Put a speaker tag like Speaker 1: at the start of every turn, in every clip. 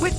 Speaker 1: With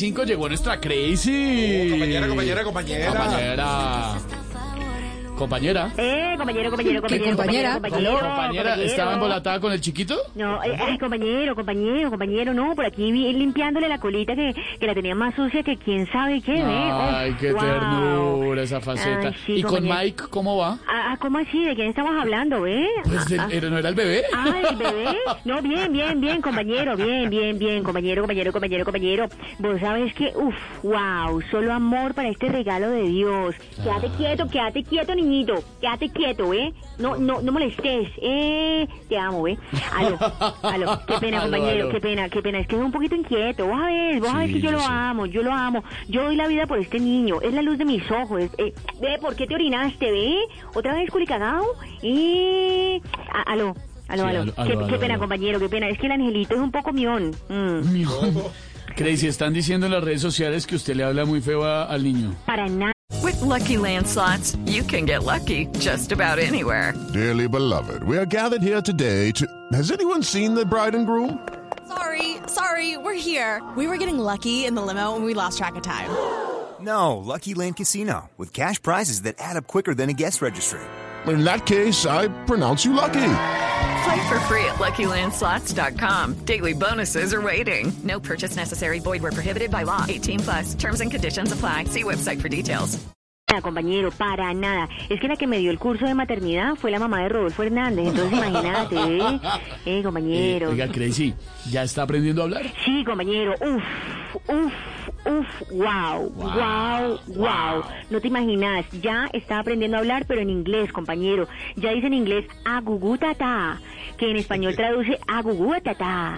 Speaker 2: 5 llegó nuestra crisis.
Speaker 3: Oh, Compañera, compañera, compañera.
Speaker 2: Compañera. Compañera.
Speaker 4: Eh, compañero, compañero, compañero.
Speaker 5: compañera?
Speaker 4: Compañero,
Speaker 2: Compañera,
Speaker 4: compañero.
Speaker 2: ¿estaba embolatada con el chiquito?
Speaker 4: No, eh, ay, compañero, compañero, compañero, no, por aquí vi limpiándole la colita que, que la tenía más sucia que quién sabe qué, ¿eh? Oh,
Speaker 2: Ay, qué
Speaker 4: wow.
Speaker 2: ternura esa faceta.
Speaker 4: Ay, sí,
Speaker 2: ¿Y con
Speaker 4: compañero.
Speaker 2: Mike cómo va?
Speaker 4: Ah, ah, ¿cómo así? ¿De quién estamos hablando, eh?
Speaker 2: Pues del- era- no era el bebé.
Speaker 4: Ay, bebé. No, bien, bien, bien, compañero, bien, bien, bien, compañero, compañero, compañero, compañero. Vos sabes que, uff, wow, solo amor para este regalo de Dios. Quédate
Speaker 2: Ah.
Speaker 4: quieto, quédate quieto, niñito. Quédate quieto, ¿eh? No, no, no molestes, ¿eh? Te amo, ¿eh? Aló, aló. Qué pena,
Speaker 2: Aló,
Speaker 4: compañero,
Speaker 2: aló.
Speaker 4: qué pena, qué pena. Es que es un poquito inquieto. Vos a ver, vos a ver
Speaker 2: Sí,
Speaker 4: que yo
Speaker 2: yo
Speaker 4: lo
Speaker 2: sé.
Speaker 4: amo, yo lo amo. Yo doy la vida por este niño. Es la luz de mis ojos. es- eh, ve, ¿por qué te orinaste, ve? ¿Otra vez culicagao? Y... a- aló. Aló,
Speaker 2: Sí,
Speaker 4: aló.
Speaker 2: aló,
Speaker 4: Qué,
Speaker 2: aló,
Speaker 4: qué
Speaker 2: aló,
Speaker 4: pena,
Speaker 2: aló.
Speaker 4: compañero, qué pena. Es que el angelito es un poco mión. Mm,
Speaker 2: Mi hijo. Crazy, están diciendo en las redes sociales que usted le habla muy feo a- al niño.
Speaker 4: para nada.
Speaker 1: With Lucky Land slots, you can get lucky just about anywhere.
Speaker 6: Dearly beloved, we are gathered here today to. Has anyone seen the bride and groom?
Speaker 5: Sorry, sorry, we're here. We were getting lucky in the limo and we lost track of time.
Speaker 7: No, Lucky Land Casino, with cash prizes that add up quicker than a guest registry.
Speaker 6: In that case, I pronounce you lucky.
Speaker 1: Play for free at LuckyLandSlots.com. Daily bonuses are waiting. No purchase necessary. Void where prohibited by law. 18 plus. Terms and conditions apply. See website for details.
Speaker 4: Nada, compañero, para nada. Es que la que me dio el curso de maternidad fue la mamá de Rodolfo Hernández. Entonces, imagínate, ¿eh? Eh,
Speaker 2: Eh,
Speaker 4: compañero.
Speaker 2: oiga, Crazy, ¿ya está aprendiendo a hablar?
Speaker 4: Sí, compañero, uf, uf, uf, wow, wow, wow. No te imaginas, ya está aprendiendo a hablar, pero en inglés, compañero. Ya dice en inglés agugutata, que en español traduce agugutata.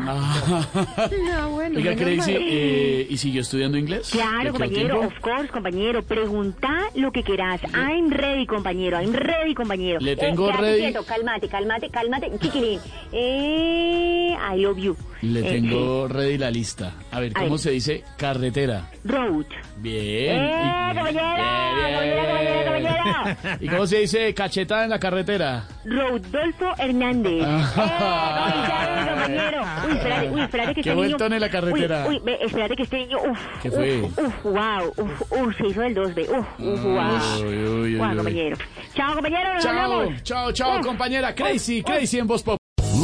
Speaker 2: No, bueno. Oiga, Crazy, eh, ¿y siguió estudiando inglés? ¿Le
Speaker 4: Claro,
Speaker 2: quedó
Speaker 4: compañero,
Speaker 2: tiempo?
Speaker 4: of course, compañero. Pregunta lo que quieras. I'm ready, compañero. I'm ready, compañero.
Speaker 2: Le tengo
Speaker 4: quédate
Speaker 2: ready.
Speaker 4: Quieto, cálmate, cálmate, cálmate, chiquilín. Eh, I love you.
Speaker 2: Le
Speaker 4: Eh,
Speaker 2: tengo ready la lista. A ver,
Speaker 4: A
Speaker 2: ¿cómo
Speaker 4: ver.
Speaker 2: se dice carretera?
Speaker 4: Road.
Speaker 2: Bien.
Speaker 4: ¡Eh, caballera! ¡Caballera, caballera, caballera!
Speaker 2: ¿Y cómo se dice cachetada en la carretera?
Speaker 4: Rodolfo Hernández.
Speaker 2: Ah.
Speaker 4: ¡Eh, compañero! Uy, espérate, uy, espérate que
Speaker 2: Qué
Speaker 4: este niño...
Speaker 2: vueltón en la carretera.
Speaker 4: Uy, uy, ve, espérate que este niño... Uf,
Speaker 2: ¿Qué fue?
Speaker 4: Uf, uf, wow, uf, uf, se hizo del 2B. Uf, uf,
Speaker 2: Uy,
Speaker 4: wow.
Speaker 2: uy, uy,
Speaker 4: Guau,
Speaker 2: uy.
Speaker 4: compañero. Chao, compañero, nos
Speaker 2: Chao,
Speaker 4: vemos.
Speaker 2: chao, chao, compañera. Crazy, crazy en voz pop.